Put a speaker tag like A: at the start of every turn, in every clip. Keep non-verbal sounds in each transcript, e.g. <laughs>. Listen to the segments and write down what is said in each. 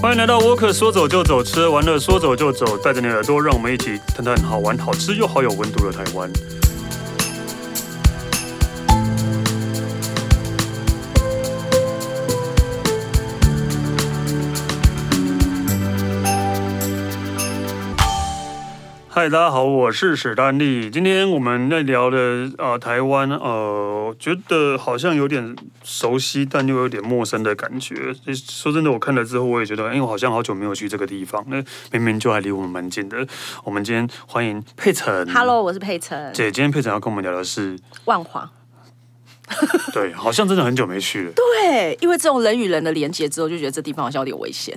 A: 欢迎来到沃克，说走就走，吃完了说走就走，带着你的耳朵，让我们一起探探好玩、好吃又好有温度的台湾。嗨，大家好，我是史丹利。今天我们在聊的呃，台湾呃，觉得好像有点熟悉，但又有点陌生的感觉。诶说真的，我看了之后，我也觉得，哎、我好像好久没有去这个地方，那明明就还离我们蛮近的。我们今天欢迎佩晨。
B: Hello，我是佩晨，
A: 姐，今天佩晨要跟我们聊的是，
B: 万华。
A: 对，好像真的很久没去了。
B: 对，因为这种人与人的连接之后，就觉得这地方好像有点危险。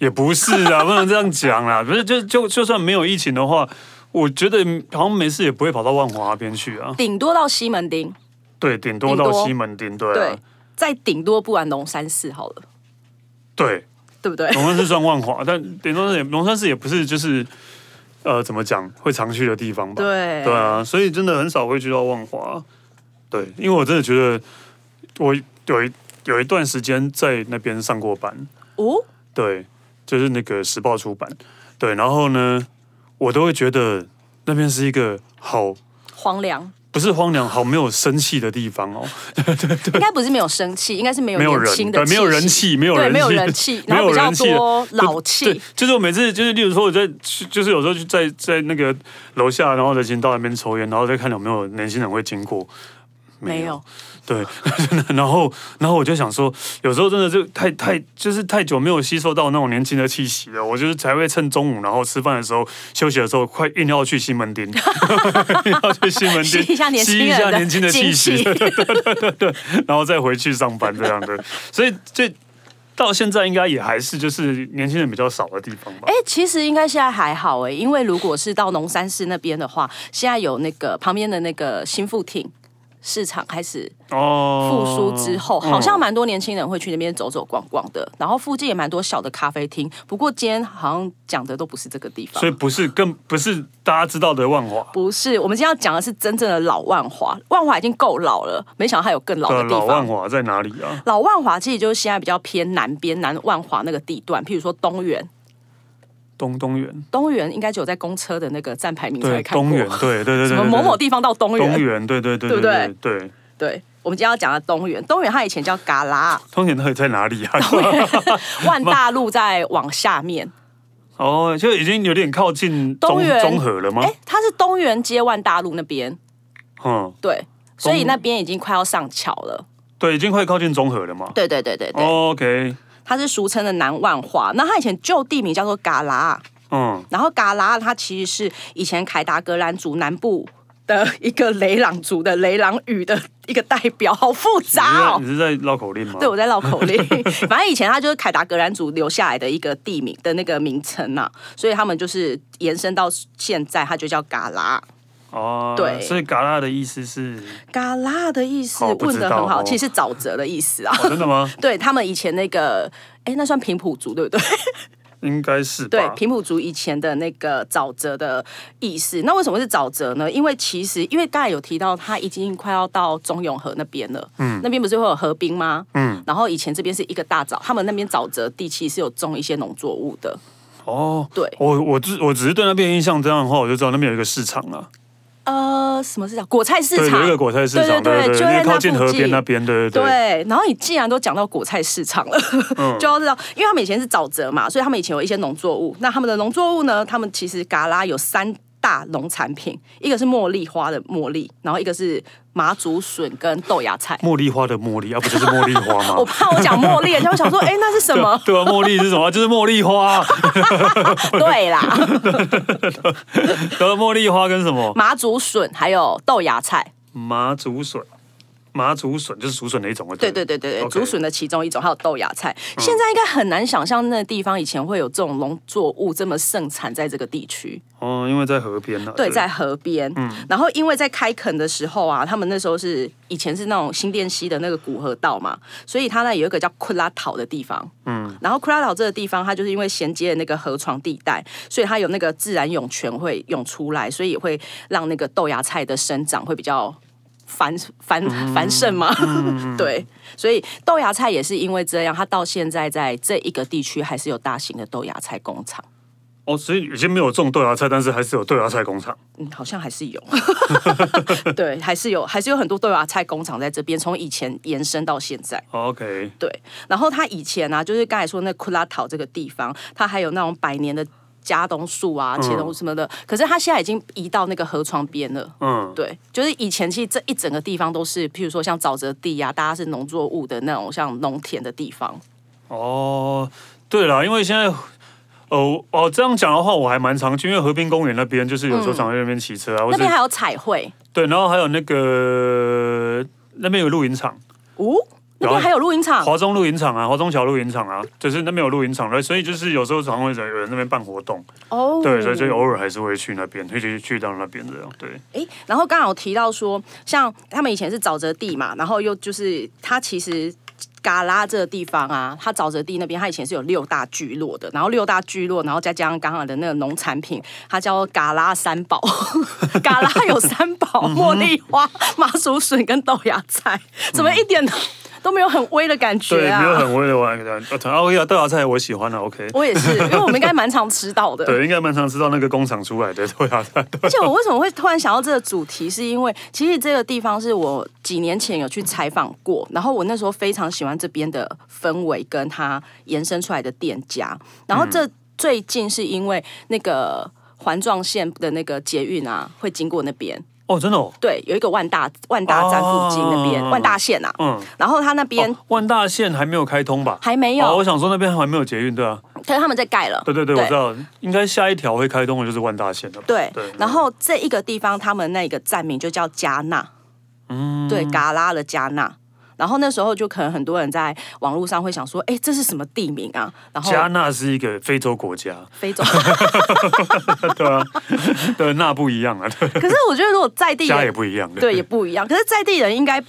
A: 也不是啊，不能这样讲啦。不 <laughs> 是，就就就算没有疫情的话，我觉得好像没事也不会跑到万华那边去啊。
B: 顶多到西门町，
A: 对，顶多到
B: 顶多
A: 西门町，对啊
B: 对，，再顶多不然龙山寺好了，
A: 对，
B: 对不对？
A: 龙山寺算万华，但顶多也龙山寺也不是就是呃怎么讲会常去的地方吧？
B: <laughs> 对
A: 对啊，所以真的很少会去到万华。对，因为我真的觉得我有一有一段时间在那边上过班，
B: 哦，
A: 对，就是那个时报出版，对，然后呢，我都会觉得那边是一个好。
B: 荒凉，
A: 不是荒凉，好没有生气的地方哦，
B: 应该不是没有生气，应该是没有
A: 没有
B: 年
A: 人，
B: 轻的
A: 对，没有人气，没有
B: 对，
A: 人
B: 没有
A: 气 <laughs>
B: 人气，
A: 没
B: 然后
A: 有
B: 比较
A: 人气的
B: 多老
A: 对
B: 气，，
A: 就是我每次就是，例如说我在去，就是有时候就在在那个楼下，然后人行道那边抽烟，然后再看有没有年轻人会经过。
B: 没有。
A: 对， <laughs> 然后然后我就想说，有时候真的就太太就是太久没有吸收到那种年轻的气息了，我就是才会趁中午，然后吃饭的时候、休息的时候，快硬要去西门
B: <laughs>
A: 町，硬要去西门町
B: 吸一下年轻
A: 吸一
B: 人
A: 下
B: 的
A: 年轻的气息，
B: 精
A: <laughs> 对对对对对，然后再回去上班这样的，所以这到现在应该也还是就是年轻人比较少的地方吧
B: 哎。、其实应该现在还好哎、因为如果是到龙山寺那边的话，现在有那个旁边的那个新富町市场开始复
A: 哦，
B: 苏之后，好
A: 嗯
B: 像蛮多年轻人会去那边走走逛逛的。然后附近也蛮多小的咖啡厅，不过今天好像讲的都不是这个地方
A: 所。以不是更不是大家知道的万华，
B: 不是，我们今天要讲的是真正的老万华。万华已经够老了，没想到还有更老
A: 对
B: 的
A: 啊
B: 地
A: 老
B: 方
A: 万。华在哪里啊？
B: 老万华其实就是现在比较偏南边南万华那个地段，譬如说东园，
A: 东东园，
B: 东园应该只有在公车的那个站牌名才
A: 对
B: 会看过，
A: 东园，对对对对
B: 什
A: 对，
B: 么
A: 对
B: 某某地方到东园。
A: 东园，对对对
B: 对不
A: 对
B: 对
A: 对，
B: 对，我们今天要讲的东园，东园它以前叫嘎
A: <laughs>
B: 啦，
A: 东园到底在哪里啊？
B: <laughs> 万大路再往下面，
A: <laughs> 哦，就已经有点靠近
B: 东
A: 中
B: 园
A: 中和了吗
B: 哎、？它是东园街万大路那边，
A: 嗯，
B: 对，所以
A: 东
B: 那边已经快要上桥了。
A: 对，已经快靠近中和了嘛。
B: 对对对对对，
A: 哦 OK，
B: 它是俗称的南万华。那它以前旧地名叫做嘎啦，
A: 嗯，
B: 然后嘎啦它其实是以前凯达格兰族南部的一个雷朗族的雷朗语的一个代表，好复杂哦
A: 你。 <laughs> 是在啊你是在绕口令吗？
B: 对，我在绕口令。 <laughs> 反正以前它就是凯达格兰族留下来的一个地名的那个名称呐、所以他们就是延伸到现在，它就叫嘎啦。
A: 哦，
B: 对
A: 所以嘎啦的意思是，
B: 嘎啦的意思
A: 哦不
B: 问
A: 知
B: 的
A: 道
B: 很好，
A: 哦
B: 其实是沼泽的意思啊。
A: 哦真的吗？
B: <laughs> 对他们以前那个，哎，那算平埔族对不对？
A: 应该是
B: 对，
A: 吧？
B: 平埔族以前的那个沼泽的意思。那为什么是沼泽呢？因为其实因为刚才有提到，它已经快要到中永和那边了。嗯，那边不是会有河滨吗？
A: 嗯
B: 嗯，然后以前这边是一个大沼，他们那边沼泽地其实是有种一些农作物的。
A: 哦，
B: 对
A: 我我只我只是对那边印象这样的话，我就知道那边有一个市场啊了。
B: 呃，什么市场？果菜市
A: 对，
B: 场。
A: 有一个果菜市场，对
B: 对对对，就
A: 因
B: 在
A: 为靠
B: 那
A: 近
B: 附
A: 河边
B: 近
A: 那边，对嗯对对，
B: 对，然后你既然都讲到果菜市场了， <laughs> 就要知道，因为他们以前是沼泽嘛，所以他们以前有一些农作物。那他们的农作物呢，他们其实嘎啦有三大农产品，一个是茉莉花的茉莉，然后一个是麻竹笋跟豆芽菜。
A: 茉莉花的茉莉，啊，不就是茉莉花
B: <laughs> 我
A: 吗？
B: 怕我讲茉莉，人家会想说，哎、那是什
A: 对啊 <laughs>
B: 么？
A: 对啊，茉莉是什么？就是茉莉花，啊
B: 对啦，
A: 对啊，茉莉花跟什么
B: 麻竹笋还有豆芽菜，
A: 麻竹笋，麻竹笋就是竹笋的一种啊。
B: 对对对对对，
A: OK 嗯
B: 竹笋的其中一种，还有豆芽菜。现在应该很难想象那个地方以前会有这种农作物这么盛产在这个地区。
A: 哦，因为在河边呢。
B: 对，在河边。然后因为在开垦的时候啊，他们那时候是以前是那种新店溪的那个古河道嘛，所以它那有一个叫库拉岛的地方。嗯，然后库拉岛这个地方，它就是因为衔接那个河床地带，所以它有那个自然涌泉会涌出来，所以也会让那个豆芽菜的生长会比较。繁繁繁盛嘛， <laughs> 对，所以豆芽菜也是因为这样，它到现在在这一个地区还是有大型的豆芽菜工厂。
A: 哦，所以已经没有种豆芽菜，但是还是有豆芽菜工厂。
B: 嗯，好像还是有， <laughs> 对，还是有，还是有很多豆芽菜工厂在这边，从以前延伸到现在。
A: 哦 OK，
B: 对，然后它以前啊，就是刚才说那库拉岛这个地方，它还有那种百年的加冬树
A: 嗯
B: 啊、茄冬什么的，可是它现在已经移到那个河床边了。
A: 嗯，
B: 对，就是以前其实这一整个地方都是，譬如说像沼泽地啊，大家是农作物的那种像农田的地方。
A: 哦，对了，因为现在。哦哦，这样讲的话，我还蛮常去，因为河滨公园那边就是有时候常在那边骑车啊，或
B: 嗯那
A: 是
B: 边还有彩绘
A: 对，然后还有那个那边有露营场，
B: 哦，那边还有露营场，
A: 华中露营场啊，华中桥露营场啊，就是那边有露营场，所以就是有时候常会有人那边办活动，
B: 哦，
A: 对，所以就偶尔还是会去那边，会去去到那边这样，对，
B: 诶，然后刚好提到说，像他们以前是沼泽地嘛，然后又就是它其实。嘎拉这个地方啊，它沼泽地那边，它以前是有六大聚落的，然后六大聚落，然后再加上刚好的那个农产品，它叫嘎拉三宝。 <laughs> 嘎拉有三宝：
A: 嗯
B: 茉莉花、麻薯笋跟豆芽菜，怎么一点都都没有很微的感觉
A: 嗯对，
B: 啊？
A: 没有很威的玩，啊，OK 啊，豆芽菜我喜欢啊，OK，
B: 我也是，因为我们应该蛮常吃到
A: <laughs>
B: 的。
A: 对，应该蛮常知道那个工厂出来的 <laughs> 豆芽菜，对
B: 而且我为什么会突然想到这个主题，是因为其实这个地方是我几年前有去采访过，然后我那时候非常喜欢这边的氛围跟它延伸出来的店家，然后
A: 嗯
B: 这最近是因为那个环状线的那个捷运啊会经过那边，
A: 哦，真的哦，
B: 对，有一个万大万大站附近那边、
A: 哦
B: 万大线啊，
A: 嗯，
B: 然后它那边。
A: 哦万大线还没有开通吧？
B: 还没
A: 哦，
B: 有
A: 我，想说那边还没有捷运，对啊，
B: 可是他们在盖了。
A: 对对对，我知道，应该下一条会开通的就是万大线的吧。
B: 对，
A: 对
B: 然后这一个地方他们那个站名就叫加纳，嗯，对，嘎拉的加纳。然后那时候就可能很多人在网络上会想说，哎，这是什么地名啊？然后
A: 加纳是一个非洲国
B: <laughs>
A: 家，
B: 非洲，
A: 对啊，对，那不一样啊，对，
B: 可是我觉得如果在地
A: 家也
B: 人。
A: 不一样的。
B: <laughs> 对，也不一样。可是在地人应该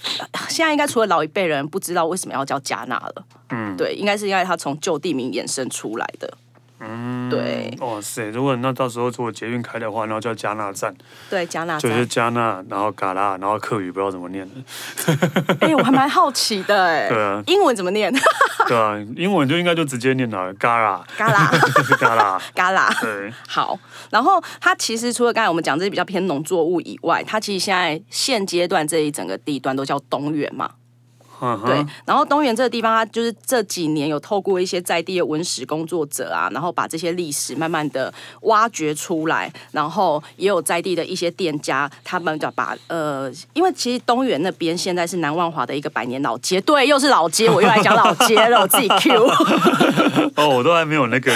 B: 现在应该除了老一辈人不知道为什么要叫加纳了，嗯，对，应该是因为它从旧地名衍生出来的，嗯，对
A: 哇塞！如果那到时候如果捷运开的话，然后叫加纳站，
B: 对，加纳
A: 就是
B: 站。
A: 加纳，然后嘎啦，然后客语不知道怎么念，
B: 哎、我还蛮好奇的、
A: <laughs>
B: 哎，
A: 对
B: <laughs>
A: 啊
B: 英文怎么念？
A: 对啊，英文就应该就直接念了嘎啦，
B: 嘎啦，
A: <laughs> 嘎啦，
B: 嘎啦，
A: 对，
B: 好，然后它其实除了刚才我们讲这些比较偏农作物以外，它其实现在现阶段这一整个地段都叫东园嘛，
A: 嗯
B: 对。
A: 哼，
B: 然后东园这个地方，它就是这几年有透过一些在地的文史工作者啊，然后把这些历史慢慢的挖掘出来，然后也有在地的一些店家，他们就把呃，因为其实东园那边现在是南万华的一个百年老街，对，又是老街，我又来讲老街了，我自己 Q。
A: 哦，我都还没有
B: <laughs>
A: 那个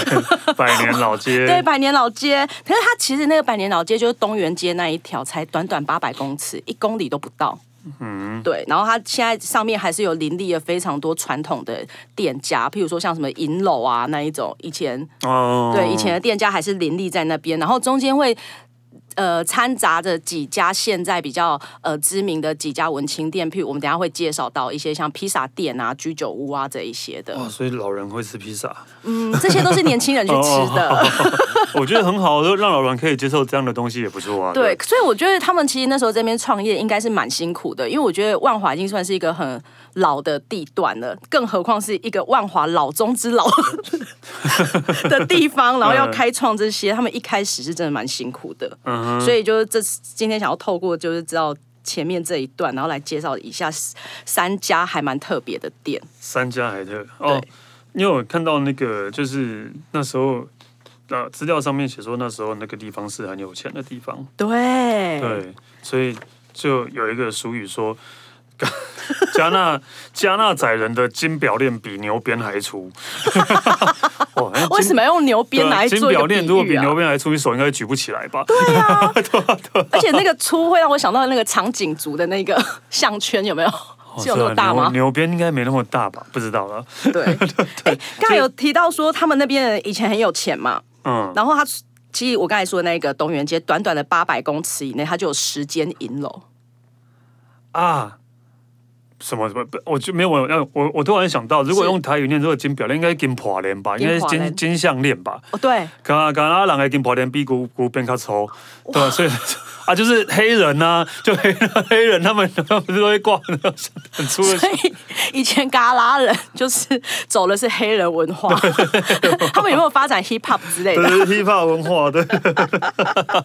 A: 百年老街，
B: 对，百年老街。可是它其实那个百年老街就是东园街那一条，才短短八百公尺，一公里都不到。嗯，对，然后它现在上面还是有林立了非常多传统的店家，譬如说像什么银楼啊那一种，以前
A: 哦，
B: 对以前的店家还是林立在那边，然后中间会呃掺杂着几家现在比较呃知名的几家文青店，譬如我们等一下会介绍到一些像披萨店啊、居酒屋啊这一些的，
A: 哇，所以老人会吃披萨， <laughs>
B: 嗯，这些都是年轻人去吃的。 <laughs>
A: 我觉得很好，就让老人可以接受这样的东西也不错啊。
B: 对，所以我觉得他们其实那时候这边创业应该是蛮辛苦的，因为我觉得万华已经算是一个很老的地段了，更何况是一个万华老中之老的地呃方，然后要开创这些，他们一开始是真的蛮辛苦的。
A: 嗯
B: 所以就是这次今天想要透过就是知道前面这一段，然后来介绍一下三家还蛮特别的店。
A: 三家还特哦
B: 对，
A: 因为我看到那个就是那时候。那资料上面写说，那时候那个地方是很有钱的地方，
B: 对，
A: 对，所以就有一个俗语说， <laughs> 加纳加纳宰人的金表链比牛鞭还粗。 <laughs> 哇，那金
B: 为什么要用牛鞭
A: 对啊
B: 来
A: 金
B: 做一
A: 表
B: 个
A: 链如果比
B: 喻啊
A: 牛？鞭还粗，你手应该举不起来吧？
B: 对啊，而且那个粗会让我想到那个长颈族的那个项圈，有没有？是有那么大
A: 哦啊牛
B: 吗？
A: 牛鞭应该没那么大吧？不知道啊了。
B: 对，哎，刚才有提到说他们那边人以前很有钱嘛，
A: 嗯，
B: 然后他其实我刚才说的那个东园街，短短的八百公尺以内，它就有十间银楼。
A: 啊，什么什么？不我就没有我要我我突然想到，如果
B: 是
A: 用台语念这个金表链，应该是金破链吧？应该是
B: 金破
A: 金
B: 链
A: 金项链吧？
B: 哦，对，
A: 刚刚刚刚人的金破链比古古鞭较粗，对吧？所以。 <laughs> 啊，就是黑人呐、就黑黑人他们 <laughs> 他们都会挂很粗的
B: 所以以前嘎啦人就是走的是黑人文化，他们有没有发展 hip hop 之类
A: 对
B: 的？
A: 对对 hiphop 文化，对， <laughs> 对啊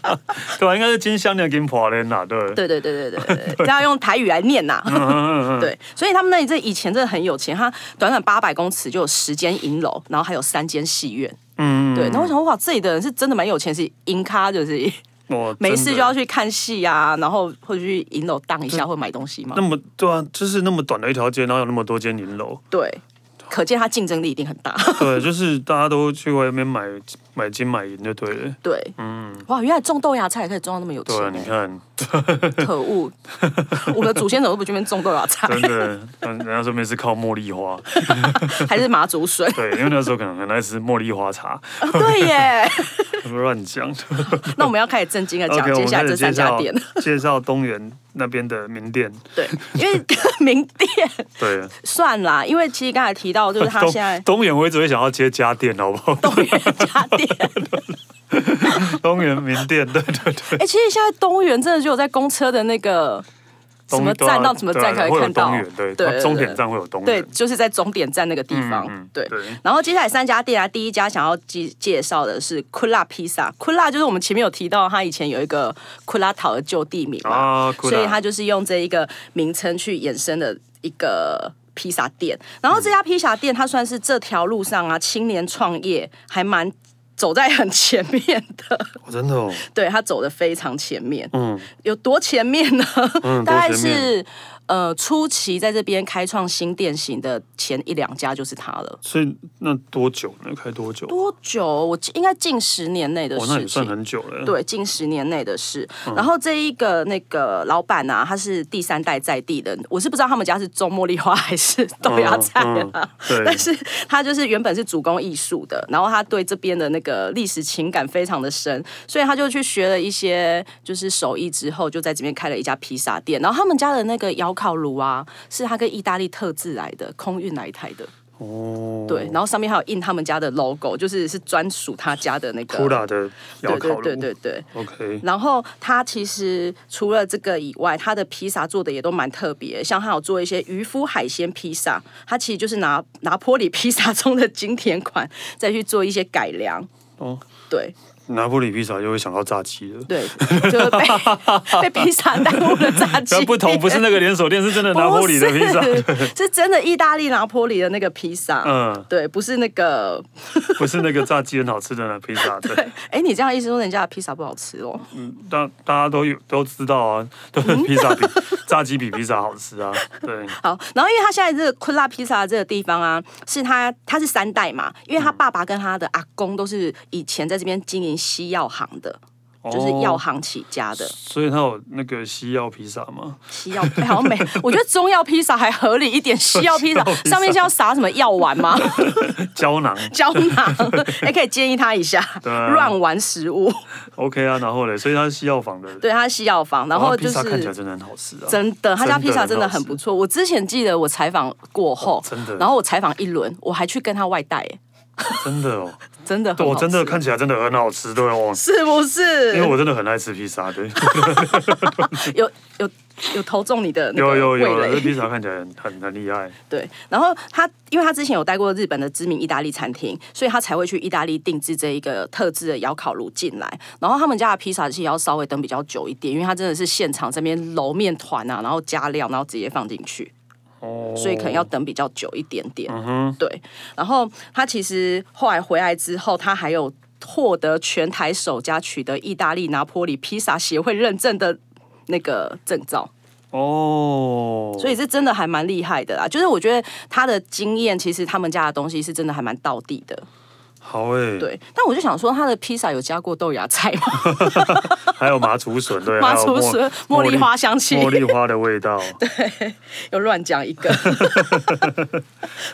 A: 吧？应该是金香的金华人呐，对，
B: 对对对对对对，这要用台语来念呐、
A: 嗯嗯嗯，
B: 对，所以他们那里这以前真的很有钱，他短短八百公尺就有十间银楼，然后还有三间戏院。
A: 嗯，
B: 对，然后我想哇，这里的人是真的蛮有钱，是银咖，就是 <laughs>
A: 我
B: 没事就要
A: 去。
B: 去看戏啊，然后或者去银楼荡一下，或买东西嘛
A: 那。么对啊，就是那么短的一条街，然后有那么多间银
B: <laughs>
A: 楼，
B: 对，可见他竞争力一定很大。 <laughs>
A: 对，就是大家都去外面买买金买银就对了。
B: 对，嗯，哇，原来种豆芽菜也可以种到那么有钱
A: 对啊，你
B: 欸、
A: 看，<laughs>
B: 可恶！我们的祖先怎么都不去那边种豆芽菜，
A: 真的，人人家说面是靠茉莉
B: <laughs>
A: 花，
B: 还是麻
A: <laughs>
B: 竹笋？
A: 对，因为那时候可能很爱吃茉莉花茶，
B: 对耶，
A: 乱
B: <laughs>
A: 讲。
B: 那我们要开始正经的讲
A: OK，我
B: 接
A: 们
B: 下
A: 开
B: 来这
A: 始介
B: 三家
A: 绍
B: 店。
A: <laughs>
B: <laughs>
A: 介绍东园那边的名店，
B: 对，因为 <laughs> 名店
A: 对，
B: 算啦，因为其实刚才提到 <laughs>
A: <laughs>
B: 就是他
A: 东
B: 现在
A: 东园我一直会想要接家店，好不好？
B: <laughs> 东园家
A: <laughs>
B: 店。
A: 东园名店，对对对，
B: 哎、其实现在东园真的只有在公车的那个什
A: 东
B: 么
A: 对啊
B: 站到什么
A: 对啊
B: 站才
A: 会有
B: 看到
A: 东园，对，
B: 对
A: 它
B: 对
A: 终
B: 对
A: 点站会有东
B: 对，
A: 园，
B: 就是在终点站那个地方，
A: 嗯
B: 对。
A: 对，
B: 然后接下来三家店啊，第一家想要介介绍的是库拉披萨。库拉就是我们前面有提到，它以前有一个库拉岛的旧地名嘛，
A: 啊，库
B: 所以
A: 拉
B: 它就是用这一个名称去衍生的一个披萨店。然后这家披萨店，它算是这条路上啊，青年创业还蛮走在很前面的，
A: 哦真的哦，
B: 对，它走的非常前面。
A: 嗯
B: 有多前面呢？
A: 嗯，
B: 大概
A: 多前面
B: 是呃初期在这边开创新店型的前一两家就是它了。
A: 所以那多久呢？开多久？
B: 多久？我记应该近十年内的
A: 哦，那
B: 事
A: 也算
B: 情。
A: 很嗯久了。，
B: 对，近十年内的事。然后这一个那个老板啊，他是第三代在地人，我是不知道他们家是种茉莉花还是豆芽菜
A: 嗯
B: 啊。但
A: 对，
B: 是 <laughs> 他就是原本是主攻艺术的，然后他对这边的那个历史情感非常的深，所以他就去学了一些就是手艺之后，就在这边开了一家披萨店。然后他们家的那个窑烤炉啊，是他跟意大利特制来的，空运来台的，
A: 哦，
B: 对。然后上面还有印他们家的 logo，就是是专属他家的那个。
A: 库拉的窑
B: 对
A: 烤
B: 对
A: 炉，
B: 对对对，
A: ，OK，
B: 然后他其实除了这个以外，他的披萨做的也都蛮特别，像他有做一些渔夫海鲜披萨，他其实就是拿拿坡里披萨中的经典款再去做一些改良。
A: 哦，
B: 对
A: 拿破里披萨就会想到炸鸡了。
B: 对，就
A: <laughs>
B: 是被被披萨耽误了炸鸡
A: 但。不同不是
B: <laughs>
A: 那个连锁店，是真的拿破里的披萨。
B: 不是，是真的意大利拿坡里的那个披萨。
A: 嗯，
B: 对，不是那个。
A: 不是那个炸鸡很好吃的那披
B: <laughs>
A: 萨，对，
B: 哎，你这样意思说人家的披萨不好吃哦？
A: 大大家都有都知道啊，都
B: 嗯
A: 是披萨比炸鸡比披萨好吃啊，对，
B: 好，然后因为他现在这个昆拉披萨这个地方啊，是他他是三代嘛，因为
A: 嗯
B: 他爸爸跟他的阿公都是以前在这边经营西药行的，就是药
A: 哦，
B: 行起家的、
A: 所以它有那个西药披萨嘛，
B: 西药，哎好像没，我觉得中药披萨还合理一点，西药披萨
A: 西药披萨
B: 上面是要撒什么药丸
A: <laughs>
B: 吗？
A: 胶囊
B: 胶囊？哎、可以建议他一下，
A: 对啊
B: 乱玩食物，
A: OK 啊，然后嘞，所以它是西药坊的，
B: 对，他是西药房，然
A: 然后
B: 后就
A: 披萨看起来
B: 是。
A: 真的很好吃啊，
B: 真的，他家披萨真
A: 真的很
B: 的
A: 好
B: 很
A: 吃
B: 不错。我之前记得我采访过后，
A: 哦真的
B: 然后我采访一轮，我还去跟他外带，哎
A: <laughs> 真的哦，
B: 真的 <laughs> 很
A: 我
B: 好吃。
A: 真的看起来真的很好吃，对哦，
B: 是不是？
A: 因为我真的很爱吃披萨，
B: <laughs>
A: 对，
B: 有有有投中你的那
A: 有
B: 个
A: 有
B: 味
A: 有，这
B: 蕾，
A: 披萨看起来很很很厉害，
B: 对。然后他，因为他之前有待过日本的知名意大利餐厅，所以他才会去意大利定制这一个特制的窑烤炉进来。然后他们家的披萨其实要稍微等比较久一点，因为他真的是现场这边揉面团啊，然后加料，然后直接放进去，
A: 哦，
B: <laughs> 所以可能要等比较久一点点。
A: 嗯哼，
B: 对，然后他其实后来回来之后，他还有获得全台首家取得意大利拿坡里披萨协会认证的那个证照。
A: 哦，
B: 所以是真的还蛮厉害的啦。就是我觉得他的经验，其实他们家的东西是真的还蛮到地的。
A: 好欸诶，，
B: 对，但我就想说，他的披萨有加过豆芽菜吗？ <laughs>
A: 还有麻竹笋，对，
B: 麻
A: 还有
B: 竹
A: 茉
B: 笋、茉莉花香气，
A: 茉莉花的味
B: <laughs>
A: 道，
B: 又乱讲一个。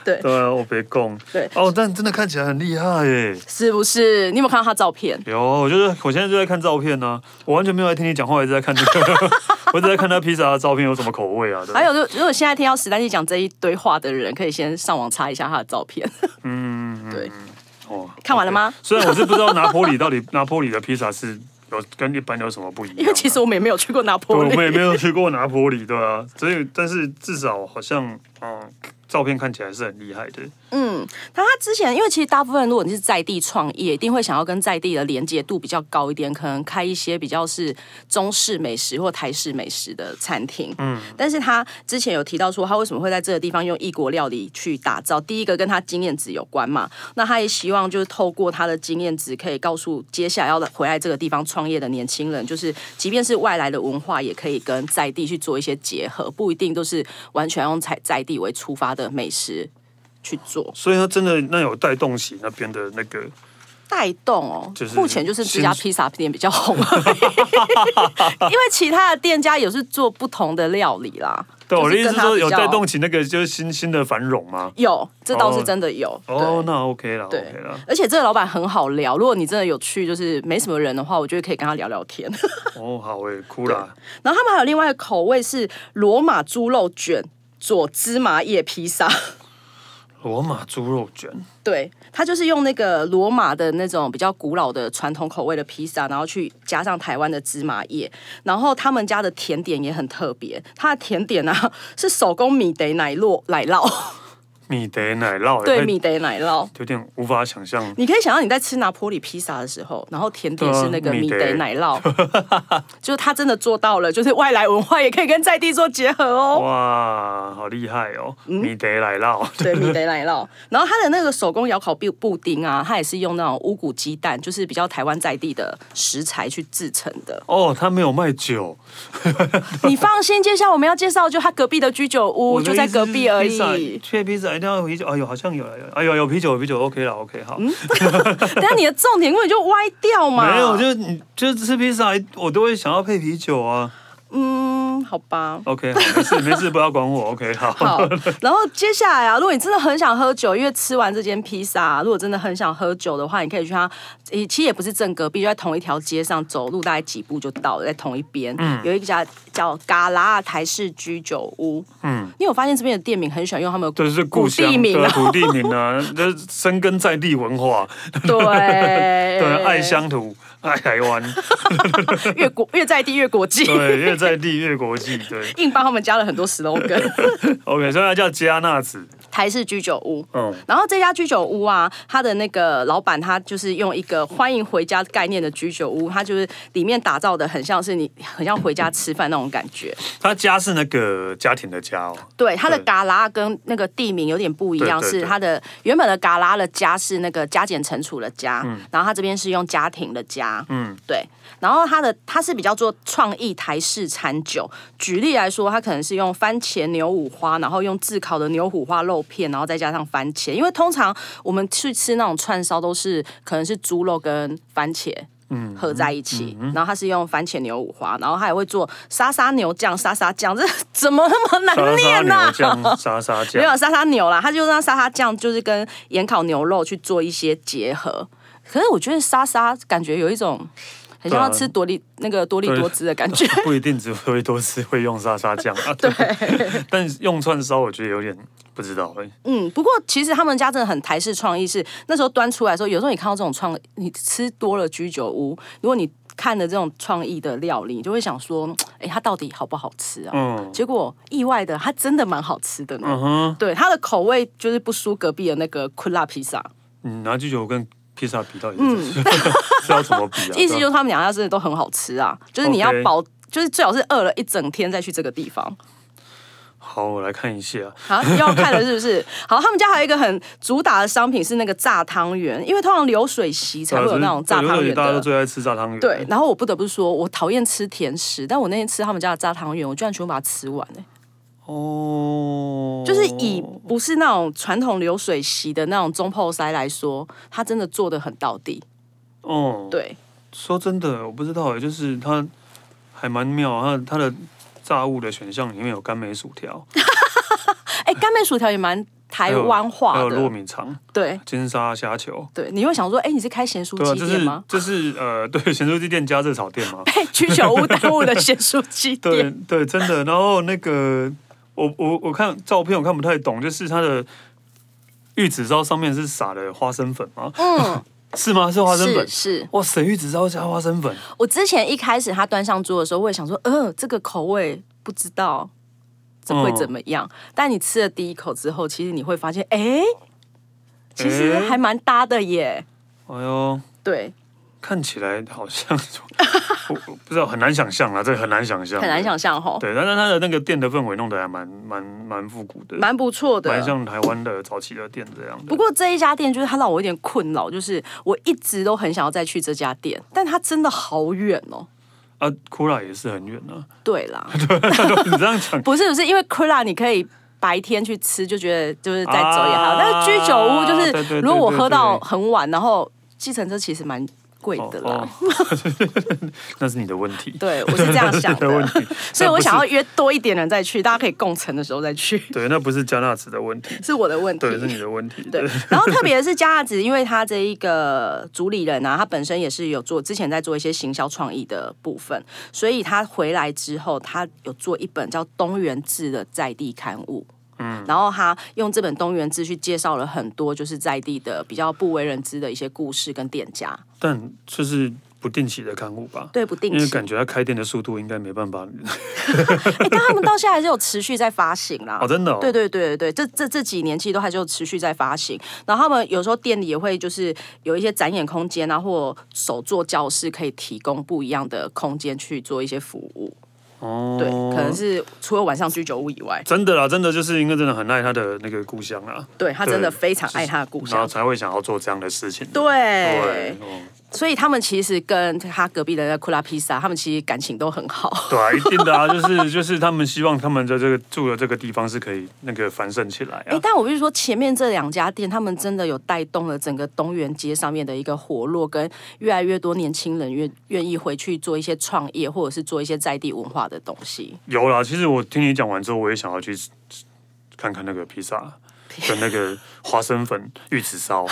A: 对啊，我别供，
B: 对
A: 哦，但真的看起来很厉害耶。
B: 是不是？你有没有看到他照片？
A: 有，啊我就是我现在就在看照片呢、我完全没有在听你讲话，我一直在看这个， <laughs> 我一直在看他披萨的照片有什么口味啊？对
B: 还有，就如果现在听到史丹利讲这一堆话的人，可以先上网查一下他的照片。 <laughs>
A: 嗯，
B: 对，
A: 哦，
B: 看完了吗？
A: <laughs> 虽然我是不知道拿坡里到底拿坡里的披萨是有跟一般有什么不一样、啊？
B: 因为其实我们也没有去过拿
A: 对，
B: 破
A: 我
B: 里，
A: 们也没有去过拿坡里，对啊，所以但是至少好像嗯，照片看起来是很厉害的，
B: 那他之前，因为其实大部分如果你是在地创业，一定会想要跟在地的连接度比较高一点，可能开一些比较是中式美食或台式美食的餐厅。嗯，但是他之前有提到说，他为什么会在这个地方用异国料理去打造？第一个跟他经验值有关嘛，那他也希望就是透过他的经验值，可以告诉接下来要回来这个地方创业的年轻人，就是即便是外来的文化，也可以跟在地去做一些结合，不一定都是完全用在在地为出发的美食去做。
A: 所以它真的那有带动起那边的那个
B: 带动哦，
A: 就是
B: 目前就是这家
A: 新
B: 披萨店比
A: <laughs>
B: 较红而已，因为其他的店家也是做不同的料理啦。
A: 对，我的意
B: 就
A: 思是
B: 是跟他
A: 说有
B: 比较
A: 带动起那个就是新兴的繁荣吗？
B: 有，这倒是
A: 哦
B: 真的有。
A: 哦，
B: 对
A: 那 OK 啦
B: 对
A: ，OK <laughs> 啦，
B: 而且这个老板很好聊，如果你真的有去，就是没什么人的话，我觉得可以跟他聊聊天。 <laughs>
A: 哦，好诶，哭啦，
B: 然后他们还有另外一个口味是罗马猪肉卷佐芝麻叶披萨，
A: 罗马猪肉卷，
B: 对，它就是用那个罗马的那种比较古老的传统口味的披萨，然后去加上台湾的芝麻叶，然后他们家的甜点也很特别，它的甜点啊是手工米德奶酪奶酪，
A: 米德奶酪，
B: 对，
A: <laughs> 太
B: 米德奶酪。
A: 有点无法想象。
B: 你可以想象你在吃拿坡里披萨的时候，然后甜点
A: 对啊
B: 是那个
A: 米
B: 米
A: 德
B: 德奶酪，
A: <laughs>
B: 就是他真的做到了，就是外来文化也可以跟在地做结合哦。
A: 哇，好厉害哦！米德奶酪，。
B: 对，米德奶酪。然后它的那个手工窑烤布布丁啊，它也是用那种乌骨鸡蛋，就是比较台湾在地的食材去制成的
A: <laughs> 哦，他没有卖酒，
B: 你放心，接下来我们要介绍就它隔壁的居酒屋，
A: 我
B: 就在隔壁而
A: 去
B: 已。
A: 披萨一定要有啤酒，哎呦，好像有了，有了哎呦，有啤酒，有啤酒，OK 了，OK 好。
B: 嗯等下你的重点根本就歪掉嘛。
A: 没有，就是你就是吃披萨，我都会想要配啤酒啊。
B: 嗯，好吧。 <laughs>
A: OK，好，没事没事，不要管我。OK，好。
B: 好，然后接下来啊，如果你真的很想喝酒，因为吃完这间披萨、啊如果真的很想喝酒的话，你可以去它，诶其实也不是正隔壁，就在同一条街上，走路大概几步就到了，在同一边。
A: 嗯
B: 有一家叫嘎啦台式居酒屋。嗯，因为我发现这边的店名很喜欢用他们的
A: 这是
B: 古
A: 故乡
B: 地名
A: 对
B: 啊
A: 啊，土地名啊，这深耕在地文化，
B: 对
A: 啊对啊，
B: <laughs> 对
A: 爱，乡土，爱台湾，
B: 越国越在地越国际，
A: 对，越在地越国际，
B: <laughs>
A: 对。
B: 硬帮他们加了很
A: <laughs>
B: 多 slogan。
A: OK，所以它叫加纳子，
B: 台式居酒屋。
A: 嗯
B: 然后这家居酒屋啊，它的那个老板他就是用一个欢迎回家概念的居酒屋，它就是里面打造的很像是你很像回家吃饭那种感觉。
A: 它家是那个家庭的家哦，
B: 对，它的
A: 对
B: 嘎啦跟那个地名有点不一样，
A: 对对
B: 是
A: 对
B: 它的原本的嘎啦的家是那个加减乘除的加，
A: 嗯
B: 然后它这边是用家庭的家，嗯，对。然后它的它是比较做创意台式餐酒，举例来说，它可能是用番茄牛五花，然后用炙烤的牛五花肉片，然后再加上番茄，因为通常我们去吃那种串烧都是可能是猪肉跟番茄。
A: 嗯
B: 合在一起，然后它是用番茄牛五花，然后它也会做沙沙牛酱、沙沙酱，这 <laughs> 怎么那么难啊
A: 沙沙
B: <laughs> 念呢、
A: 牛酱，沙沙
B: 没有
A: 酱，
B: 沙沙牛啦，它就让沙沙酱就是跟盐烤牛肉去做一些结合。可是我觉得沙沙感觉有一种很像要
A: 对啊
B: 吃多利、那个多利多汁的感觉。
A: <laughs> 不一定只会多吃会用沙沙酱
B: <laughs>
A: 啊。对， <laughs> 但用串烧我觉得有点不知道哎。
B: <laughs> 嗯，不过其实他们家真的很台式创意是，那时候端出来的时候，有时候你看到这种创，你吃多了居酒屋，如果你看了这种创意的料理，你就会想说，哎、它到底好不好吃啊？
A: 嗯
B: 结果意外的，它真的蛮好吃的呢。
A: 嗯哼，
B: 对，它的口味就是不输隔壁的那个昆拉披萨。
A: 你拿鸡酒跟披萨比到底是 <laughs> 是要怎么
B: <laughs>
A: 比啊？
B: 意思嗯就
A: 对
B: 是
A: 啊
B: 他们两家真的都很好吃啊，就是你要
A: OK
B: 保就是最好是饿了一整天再去这个
A: <laughs>
B: 地方。
A: 好，我来看一下。
B: 好，要看了是不是？好，他们家还有一个很主打的商品是那个炸汤圆，因为通常流水席才会有那种炸汤
A: 对
B: 圆
A: 大家都
B: 的。
A: 最爱吃炸汤圆。
B: 对，，然后我不得不说，我讨厌吃甜食，但我那天吃他们家的炸汤圆，我居然全部把它吃完、欸、
A: 哦，
B: 就是以不是那种传统流水席的那种中泡塞来说，它真的做的很到底。
A: 哦，
B: 对，
A: 说真的，我不知道，欸就是它还蛮妙，它它的炸物的选项里面有甘梅薯条，
B: 哎、干妹薯条也蛮台湾
A: 还
B: 化
A: 有糯
B: 的，
A: 米肠、
B: 对
A: 金沙虾球。
B: 对，你会想说，哎、你是开咸酥
A: 对啊，
B: 鸡
A: 就
B: 店
A: 是
B: 吗？
A: 就是呃，对， <laughs> 咸酥鸡店加热炒店
B: <laughs>
A: 嘛，
B: 被居酒屋耽误的咸酥鸡
A: 对
B: 店。
A: 对，真的。然后那个，我我我看照片，我看不太懂，就是它的玉子烧上面是撒了花生粉吗？
B: 嗯，
A: <laughs> 是吗？是花生粉
B: 是。是，
A: 哇，沈玉只知道加花生粉，
B: 我之前一开始他端上桌的时候，我也想说，呃，这个口味不知道这会怎么样。
A: 嗯
B: 但你吃了第一口之后，其实你会发现，哎、其实
A: 诶
B: 还蛮搭的耶。
A: 哎呦，
B: 对，
A: 看起来好像，我我不知道很难想象啊啦，这个很难想象，
B: 很难想象吼，
A: 对，但但它的那个店的氛围弄得还蛮蛮蛮复古的，
B: 蛮不错的
A: 蛮。像台湾的早期的店这样的。
B: 不过这一家店就是它让我有点困扰，就是我一直都很想要再去这家店，但它真的好远哦。
A: 啊，库拉也是很远啊， <laughs>
B: 对啦，
A: 你这样讲。
B: 不是不是，因为 c r a 你可以白天去吃，就觉得就是再走也好。
A: 啊
B: 但是居酒屋就
A: 对对
B: 是
A: 对，
B: 如果我喝到
A: 对对
B: 很晚，然后计程车其实蛮贵的啦。
A: 哦， <laughs> 那是你的问题。
B: 对，我是这样想
A: <laughs> 的问
B: 的，
A: 题，
B: <laughs> 所以
A: 那不
B: 我
A: 是
B: 想要约多一点人再去，大家可以共乘的时候再去，
A: 对，那不是加纳子的问题，
B: 是我的问题。
A: 对，是你的问题。
B: 对， <laughs> 然后特别是加纳子，因为他这一个主理人啊，他本身也是有做之前在做一些行销创意的部分，所以他回来之后，他有做一本叫《东原志》的在地刊物。嗯，然后他用这本《东原志》去介绍了很多就是在地的比较不为人知的一些故事跟店家，
A: 但就是不定期的刊物吧，
B: 对，不定
A: 因为
B: 期。
A: 感觉他开店的速度应该没办法。
B: 哎，但他们到现在还是有持续在发行啦。
A: 哦，真的哦，
B: 对对对对，这这这几年其实都还是有持续在发行，然后他们有时候店里也会就是有一些展演空间啊，或手作教室可以提供不一样的空间去做一些服务。
A: 哦，
B: 对，可能是除了晚上居酒屋以外，
A: 真的啦，真的就是因为真的很爱他的那个故乡啦，
B: 对他真的
A: 对
B: 非常爱他的故
A: 然后
B: 乡。
A: 才会想要做这样的事情。对
B: 对，，
A: 哦
B: 所以他们其实跟他隔壁的那库拉披萨，他们其实感情都很好。
A: 对啊，一定的啊，就是就是他们希望他们在这个住的这个地方是可以那个繁盛起来
B: 哎、
A: 啊。
B: 但我必须说，前面这两家店，他们真的有带动了整个东园街上面的一个活络，跟越来越多年轻人愿愿意回去做一些创业，或者是做一些在地文化的东西。
A: 有啦，其实我听你讲完之后，我也想要去看看那个披萨。跟那个花生粉玉子
B: <laughs>
A: 烧，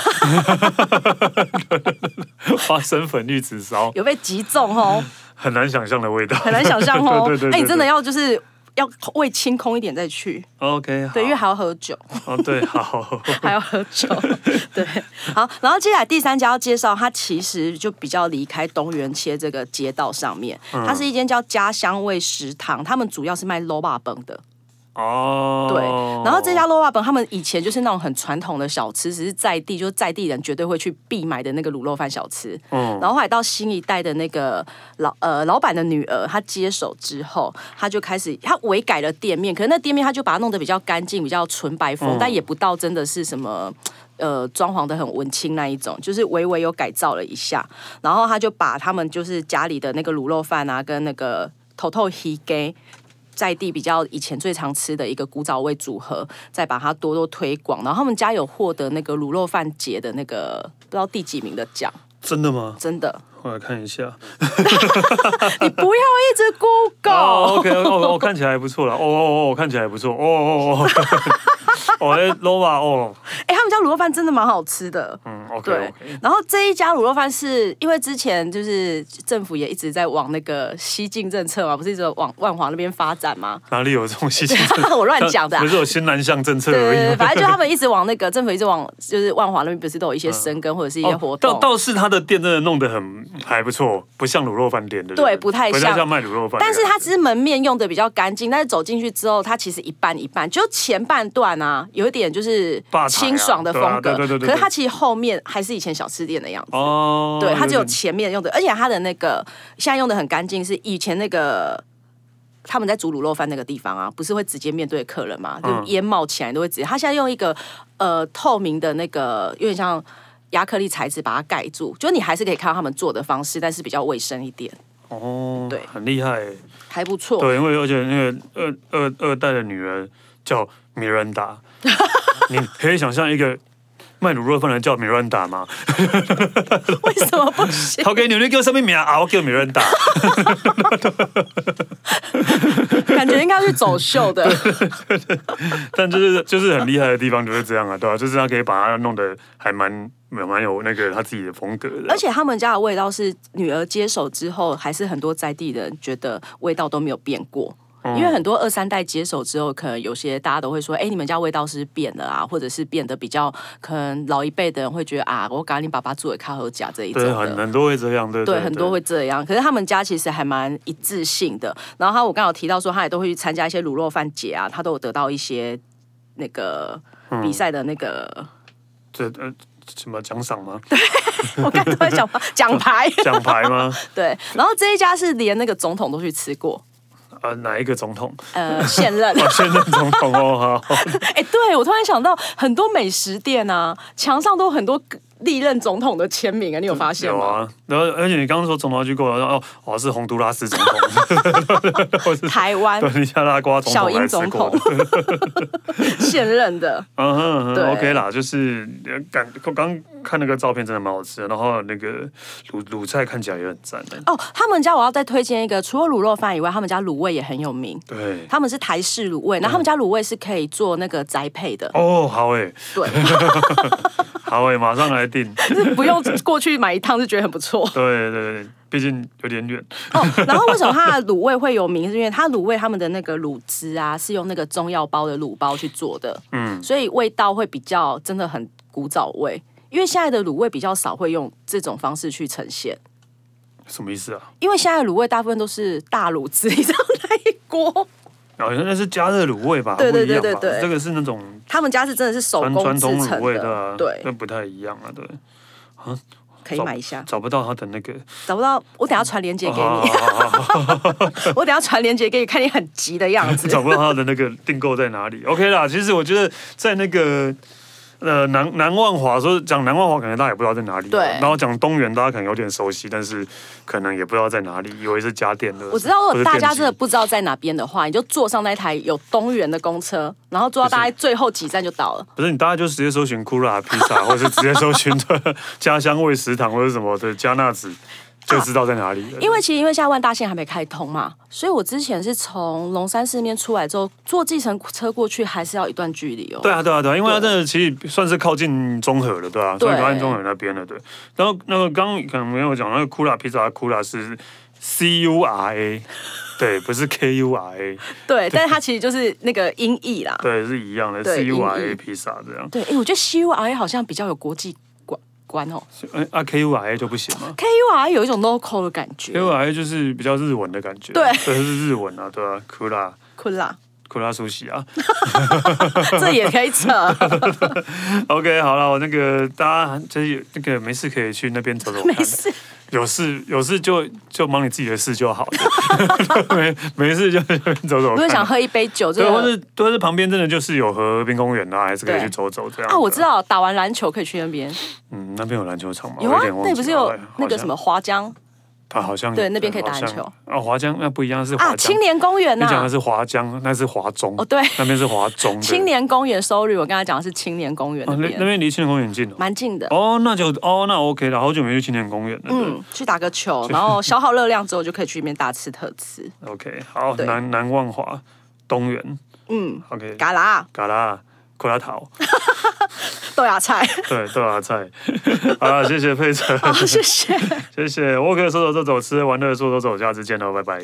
A: 花生粉玉子烧
B: 有被击中 <laughs> 哦，
A: 很难想象的味道，。
B: 很难想象哦
A: <laughs> 对对对对
B: 哎、你真的要就是要胃清空一点再去，
A: OK 好
B: 对，因为还要喝 <laughs> 酒，
A: 哦对
B: <laughs>
A: 好
B: 还要喝酒。对，好，然后接下来第三家要介绍，它其实就比较离开东园街这个街道上面，它是一间叫家乡味食堂，他们主要是卖 loba 崩的。
A: 哦
B: 对，然后这家 l o a 本他们以前就是那种很传统的小吃，只是在地就是在地人绝对会去必买的那个卤肉饭小吃。
A: 嗯
B: 然后后来到新一代的那个老呃老板的女儿，她接手之后，她就开始她围改了店面，可是那店面她就把它弄得比较干净，比较纯白
A: 嗯
B: 风，但也不到真的是什么。呃，装潢的很文青那一种，就是微微有改造了一下，然后他就把他们就是家里的那个卤肉饭啊，跟那个头头黑给在地比较以前最常吃的一个古早味组合，再把它多多推广。然后他们家有获得那个卤肉饭节的那个不知道第几名的奖，
A: 真的吗？
B: 真的，
A: 我来看一下。
B: 你不要一直 Google，、
A: 哦，OK，哦，哦，看起来不错了，哦哦哦，看起来不错，哦哦
B: <laughs>
A: 哦，哦，哎，Lova，哦，
B: 哎、他们家卤肉饭真的蛮好吃的。
A: 嗯
B: 对
A: ，OK，OK，
B: 然后这一家卤肉饭是因为之前就是政府也一直在往那个西进政策嘛，不是一直往万华那边发展吗？ <laughs>
A: 哪里有这种事情？
B: 我乱讲的啊、
A: <laughs> 不是有新南向政策
B: 对
A: 而已
B: 对对，
A: 吗？
B: 反正就他们一直往那个政府一直往就是万华那边不是都有一些生根或者是一
A: <laughs> 哦
B: 些活动
A: 倒，倒是他的店真的弄得很还不错，不像卤肉饭店的，
B: 对不太
A: 不太
B: 像
A: 像卖卤肉饭的感
B: 但
A: 觉，
B: 是它只是门面用的比较干净，但是走进去之后，它其实一半一半，就前半段啊，有一点就是
A: 霸台啊
B: 清爽的风
A: 对
B: 格，
A: 啊对对对对
B: 可是它其实后面还是以前小吃店的样子。
A: 哦，
B: 对，它只有
A: 点
B: 前面用的，而且它的那个现在用的很干净，是以前那个他们在煮卤肉饭那个地方啊，不是会直接面对客人嘛，就
A: 嗯
B: 烟冒起来都会直接。它现在用一个呃透明的那个，有点像亚克力材质把它盖住，就你还是可以看到他们做的方式，但是比较卫生一点，
A: 哦，
B: 对哦
A: 很厉害耶，
B: 还不错。
A: 对，因为而且那个二二二代的女儿叫米兰达， <laughs> 你可以想象一个卖卤肉饭的人叫米兰达
B: <laughs>
A: 吗？
B: <laughs> 为什么不行？
A: 头家娘，你叫什么名啊？我叫米兰达。 <laughs>
B: 感觉应该要去走秀的。
A: 但就是就是很厉害的地方就是这样啊，对吧、就是他可以把它弄得还蛮蛮蛮有那个他自己的风格的
B: 而。且他们家的味道是女儿接手之后，还是很多在地人觉得味道都没有变过。因为很多二三代接手之后，可能有些大家都会说，哎、你们家味道是变了啊，或者是变得比较，可能老一辈的人会觉得啊，我咖喱爸爸做的卡和甲这一种
C: 对，
B: 的，
C: 很很多会这样，对
B: 对，很多会这样。可是他们家其实还蛮一致性的。然后他我刚好提到说，他也都会去参加一些卤肉饭节啊，他都有得到一些那个比赛的那个， <laughs>
A: 这呃什么奖赏吗？ <laughs>
B: 我刚才突然想到奖牌。
A: 奖牌吗？
B: 对，然后这一家是连那个总统都去吃过，
A: 呃，哪一个总统？ <laughs>
B: 呃， <laughs> 现任。
A: 哦，现任总统哦，
B: <laughs>
A: 好，
B: 哎、对我突然想到，很多美食店啊，墙上都有很多历任总统的签名啊，你有发现
A: 有
B: 吗？
A: 啊。然后，而且你刚刚说总统要去过，然后哦，哦是洪都拉斯总
B: <laughs>
A: 统，
B: 台
A: <laughs>
B: 湾
A: 对，尼加拉瓜总
B: 小
A: 统
B: 英
A: 来吃
B: 总
A: 过
B: 统。 <laughs> 现任的，
A: 嗯哼嗯
B: 对
A: 哼，OK 啦，就是呃感刚刚看那个照片真的蛮好吃的，然后那个卤卤菜看起来也很赞的，
B: 哦，他们家我要再推荐一个，除了卤肉饭以外，他们家卤味也很有名。
A: 对，
B: 他们是台式卤味，那他们家卤味是可以做那个宅配的，
A: 哦，好诶，
B: 对， <laughs>
A: 好诶，马上来订，
B: 就是不用过去买一趟，就觉得很不错。
A: 对对对，毕竟有点远，
B: 哦，然后为什么它的卤味会有名？是因为它卤味他们的那个卤汁啊，是用那个中药包的卤包去做的，
A: 嗯，
B: 所以味道会比较真的很古早味。因为现在的卤味比较少会用这种方式去呈现，
A: 什么意思啊？
B: 因为现在的卤味大部分都是大卤汁，你知道那一锅。
A: 好像那是加热卤味吧，
B: 对对对
A: 不一样吧
B: 对对
A: 这个是那种
B: 他们家是真的是手
A: 传
B: 工
A: 传
B: 制
A: 统
B: 成
A: 卤味的
B: 的
A: 啊，，
B: 对，
A: 那不太一样啊，对，
B: 可以买一下。
A: 找不到它的那个，啊
B: 找不到，我等下传链接给
A: <laughs>
B: 你，
A: 好好好好好
B: <laughs> 我等下传链接给你，看你很急的
A: <laughs>
B: 样子。
A: 找不到它的那个订购在哪里，OK 啦，其实我觉得在那个。呃，南南万华说讲南万华，可能大家也不知道在哪里啊。
B: 对
A: 然后讲东园，大家可能有点熟悉，但是可能也不知道在哪里，以为是家电的。
B: 我知道，如
A: 或
B: 果
A: 者
B: 大家
A: 电机
B: 真的不知道在哪边的话，你就坐上那台有东园的公车，然后坐到大概最后几站就到了。
A: 不是你，大家就直接搜寻库拉披萨，或是直接搜寻的 <laughs> 家乡味食堂或者什么的加纳子，就知道在哪里了。
B: 因为其实因为现在万大线还没开通嘛，所以我之前是从龙山寺那边出来之后，坐计程车过去还是要一段距离哦。
A: 对啊，对啊，对啊，因为它真的其实算是靠近中和了，对啊，
B: 对
A: 算是靠近中和那边了，对。然后那个刚刚可能没有讲，那个库拉披萨，库拉是 C U R
B: <laughs>
A: A，对，不是 K U R A，
B: 对，但是它其实就是那个音译
A: <laughs>
B: 啦。
A: 对，是一样的
B: 对
A: C U R
B: 音译
A: A 披萨这样。
B: 对，哎，我觉得 C U R A 好像比较有国际观观哦
A: 哎啊，K U R A 就不行吗
B: ，K U R A 有一种 local 的感
A: ？K
B: 觉。
A: U R A 就是比较日文的感觉，
B: 对
A: 对，是日文啊，对啊，库拉
B: 昆啦， <laughs>
A: 库拉苏西啊。
B: 这也可以扯。
A: OK，好了，我那个大家就是有那个没事可以去那边走走看，
B: 没
A: <laughs>
B: 事，
A: 有事有事就就忙你自己的事就好了， <laughs> 没没事就去那边走走
B: 如果想
A: 看。
B: 喝一杯酒，这
A: 对，或
B: 个
A: 是或是旁边真的就是有河滨公园啊，还是可以
B: 对
A: 去走走这样。
B: 啊，我知，道打完篮球可以去那边，
A: 嗯，那边有篮球场吗？
B: 有
A: 我
B: 啊
A: 点，忘
B: 那
A: 记
B: 不是
A: 了
B: 有
A: 哎
B: 那个什么华江
A: 好像啊，好像有
B: 对那边可以打篮。
A: 好
B: 球
A: 像啊，华江那不一样，是
B: 啊，
A: 华江
B: 青。年公园
A: 你讲的
B: 呐。
A: 是华江，那是华中。
B: 哦对
A: 那边是华中。对
B: 青年公园，sorry，我刚才讲的是青年公园
A: 哦
B: 那
A: 那那
B: 边，
A: 边离青年公园近哦。
B: 蛮近的。
A: 哦，那就哦，那 OK 了。好久没去青年公园了。对
B: 嗯，去打个球，然后消耗热量之后就可以去那边大吃特吃。
A: OK，好，
B: 对
A: 南南万华、东园
B: 嗯，
A: ，OK，
B: 嘎啦，
A: 嘎啦、库拉桃，
B: 豆
A: <laughs>
B: 芽菜，
A: 对，豆芽菜。好了，谢谢佩晨，
B: 好，谢谢。
A: 谢谢沃克，说走就走，吃喝玩乐说走走，下次见喽，拜拜。